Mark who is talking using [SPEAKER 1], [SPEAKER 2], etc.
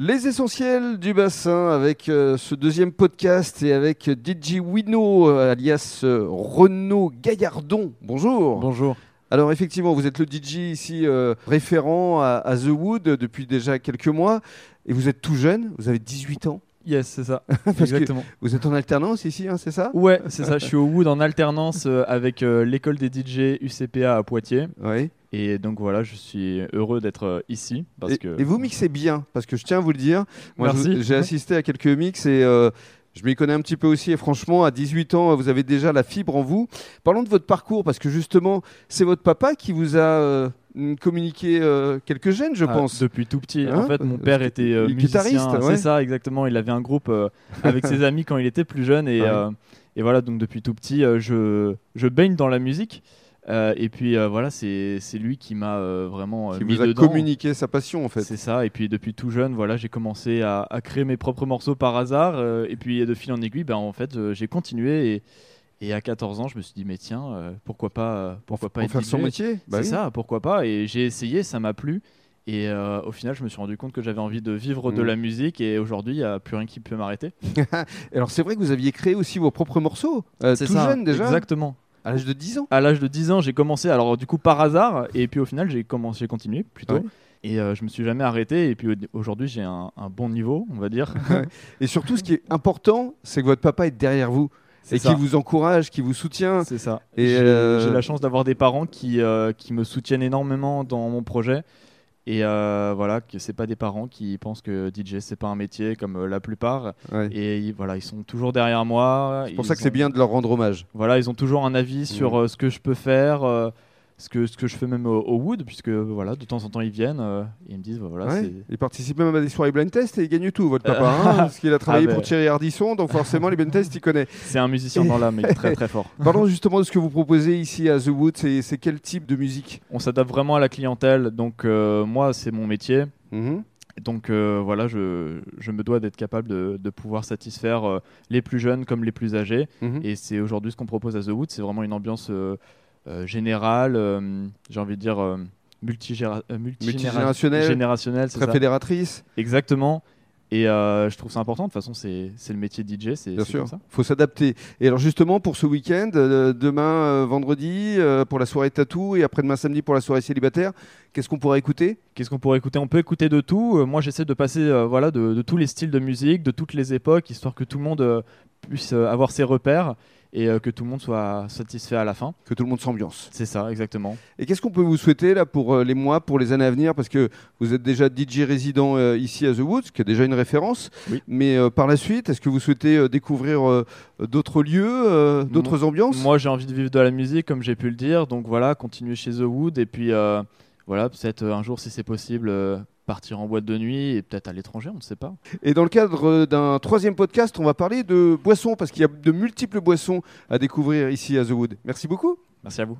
[SPEAKER 1] Les essentiels du bassin avec euh, ce deuxième podcast et avec DJ Wino euh, alias euh, Renaud Gaillardon. Bonjour.
[SPEAKER 2] Bonjour.
[SPEAKER 1] Alors effectivement, vous êtes le DJ ici euh, référent à, à The Wood depuis déjà quelques mois et vous êtes tout jeune, vous avez 18 ans.
[SPEAKER 2] Yes, c'est ça.
[SPEAKER 1] que-
[SPEAKER 2] Exactement.
[SPEAKER 1] Vous êtes en alternance ici, hein, c'est ça
[SPEAKER 2] Ouais, c'est ça. Je suis au Wood en alternance euh, avec euh, l'école des DJ UCPA à Poitiers.
[SPEAKER 1] Oui.
[SPEAKER 2] Et donc voilà, je suis heureux d'être euh, ici parce
[SPEAKER 1] et,
[SPEAKER 2] que.
[SPEAKER 1] et vous mixez bien, parce que je tiens à vous le dire. Moi, je-
[SPEAKER 2] Merci.
[SPEAKER 1] J'ai assisté à quelques mix et euh, je m'y connais un petit peu aussi. Et franchement, à 18 ans, vous avez déjà la fibre en vous. Parlons de votre parcours, parce que justement, c'est votre papa qui vous a euh, communiqué euh, quelques gènes, je
[SPEAKER 2] Ah,
[SPEAKER 1] pense.
[SPEAKER 2] Depuis tout petit.
[SPEAKER 1] Hein
[SPEAKER 2] en fait, mon père était euh,
[SPEAKER 1] Il est
[SPEAKER 2] musicien.
[SPEAKER 1] guitariste, ouais.
[SPEAKER 2] C'est ça, exactement. Il avait un groupe euh, avec ses amis quand il était plus jeune. Et,
[SPEAKER 1] Ah ouais.
[SPEAKER 2] euh, et voilà, donc depuis tout petit, euh, je, je baigne dans la musique. Euh, et puis euh, voilà, c'est c'est lui qui m'a euh, vraiment euh,
[SPEAKER 1] Qui
[SPEAKER 2] mis
[SPEAKER 1] vous a
[SPEAKER 2] dedans.
[SPEAKER 1] communiqué sa passion, en fait.
[SPEAKER 2] C'est ça. Et puis depuis tout jeune, voilà, j'ai commencé à, à créer mes propres morceaux par hasard. euh, et puis de fil en aiguille, ben, en fait, euh, j'ai continué. Et, et à 14 ans, je me suis dit, mais tiens, euh, pourquoi pas, euh, pourquoi pas
[SPEAKER 1] Pour
[SPEAKER 2] être
[SPEAKER 1] faire son
[SPEAKER 2] DJ?
[SPEAKER 1] métier Bah
[SPEAKER 2] c'est
[SPEAKER 1] oui.
[SPEAKER 2] ça, pourquoi pas Et j'ai essayé, ça m'a plu. Et euh, au final, je me suis rendu compte que j'avais envie de vivre de
[SPEAKER 1] Mm.
[SPEAKER 2] la musique. Et aujourd'hui, il n'y a plus rien qui peut m'arrêter.
[SPEAKER 1] Alors, c'est vrai que vous aviez créé aussi vos propres morceaux, euh, tout jeune déjà,
[SPEAKER 2] Exactement.
[SPEAKER 1] à l'âge de 10 ans.
[SPEAKER 2] à l'âge de 10 ans, j'ai commencé, alors du coup par hasard, et puis au final j'ai commencé, j'ai continué plutôt,
[SPEAKER 1] Ouais.
[SPEAKER 2] et euh, je me suis jamais arrêté, et puis au- aujourd'hui j'ai un, un bon niveau, on va dire.
[SPEAKER 1] Et surtout, ce qui est important, c'est que votre papa est derrière vous
[SPEAKER 2] C'est
[SPEAKER 1] et
[SPEAKER 2] ça.
[SPEAKER 1] qui vous encourage, qui vous soutient.
[SPEAKER 2] C'est ça.
[SPEAKER 1] Et,
[SPEAKER 2] j'ai
[SPEAKER 1] euh,
[SPEAKER 2] j'ai la chance d'avoir des parents qui, euh, qui me soutiennent énormément dans mon projet. Et euh, voilà, que c'est pas des parents qui pensent que DJ c'est pas un métier comme euh, la plupart.
[SPEAKER 1] Ouais.
[SPEAKER 2] Et ils- voilà, ils sont toujours derrière moi.
[SPEAKER 1] C'est pour ça que c'est bien Mmh. de leur rendre hommage.
[SPEAKER 2] Voilà, ils ont toujours un avis sur euh, ce que je peux faire, euh, ce, que, ce que je fais même au, au Wood, puisque voilà, de temps en temps ils viennent euh, et ils me disent voilà,
[SPEAKER 1] Ouais.
[SPEAKER 2] c'est-
[SPEAKER 1] Il participe même à des soirées blind test et il gagne tout, votre papa, hein, parce qu'il a travaillé
[SPEAKER 2] Ah ben.
[SPEAKER 1] pour Thierry Ardisson, donc forcément les blind tests, il connaît.
[SPEAKER 2] c'est un musicien dans l'âme, mais très très fort.
[SPEAKER 1] Parlons justement de ce que vous proposez ici à The Wood, c'est c'est quel type de musique
[SPEAKER 2] On s'adapte vraiment à la clientèle, donc euh, moi c'est mon métier.
[SPEAKER 1] Mhm.
[SPEAKER 2] Donc euh, voilà, je, je me dois d'être capable de, de pouvoir satisfaire euh, les plus jeunes comme les plus âgés.
[SPEAKER 1] Mhm.
[SPEAKER 2] Et c'est aujourd'hui ce qu'on propose à The Wood. C'est vraiment une ambiance euh, euh, générale, euh, j'ai envie de dire euh, multigéra- euh, multigénéra-
[SPEAKER 1] Multigénérationnelle.
[SPEAKER 2] générationnelle, c'est
[SPEAKER 1] Très
[SPEAKER 2] ça.
[SPEAKER 1] fédératrice,
[SPEAKER 2] Exactement. Et euh, je trouve ça important. De toute façon, c'est c'est le métier de DJ. C'est
[SPEAKER 1] bien
[SPEAKER 2] c'est
[SPEAKER 1] sûr.
[SPEAKER 2] comme ça.
[SPEAKER 1] faut s'adapter. Et alors justement pour ce week-end, euh, demain euh, vendredi euh, pour la soirée tatou et après-demain samedi pour la soirée célibataire, qu'est-ce qu'on pourra écouter
[SPEAKER 2] Qu'est-ce qu'on pourrait écouter On peut écouter de tout. Euh, moi, j'essaie de passer euh, voilà, de, de tous les styles de musique, de toutes les époques, histoire que tout le monde euh, puisse euh, avoir ses repères et euh, que tout le monde soit satisfait à la fin.
[SPEAKER 1] Que tout le monde s'ambiance.
[SPEAKER 2] C'est ça, exactement.
[SPEAKER 1] Et qu'est-ce qu'on peut vous souhaiter là pour euh, les mois, pour les années à venir Parce que vous êtes déjà DJ résident euh, ici à The Woods, qui est déjà une référence.
[SPEAKER 2] Oui.
[SPEAKER 1] Mais euh, par la suite, est-ce que vous souhaitez euh, découvrir euh, d'autres lieux, euh, d'autres ambiances
[SPEAKER 2] Moi, j'ai envie de vivre de la musique, comme j'ai pu le dire. Donc voilà, continuer chez The Wood. Et puis, euh, voilà, peut-être euh, un jour, si c'est possible, euh, partir en boîte de nuit et peut-être à l'étranger, on ne sait pas.
[SPEAKER 1] Et dans le cadre euh, d'un troisième podcast, on va parler de boissons, parce qu'il y a de multiples boissons à découvrir ici à The Wood. Merci beaucoup.
[SPEAKER 2] Merci à vous.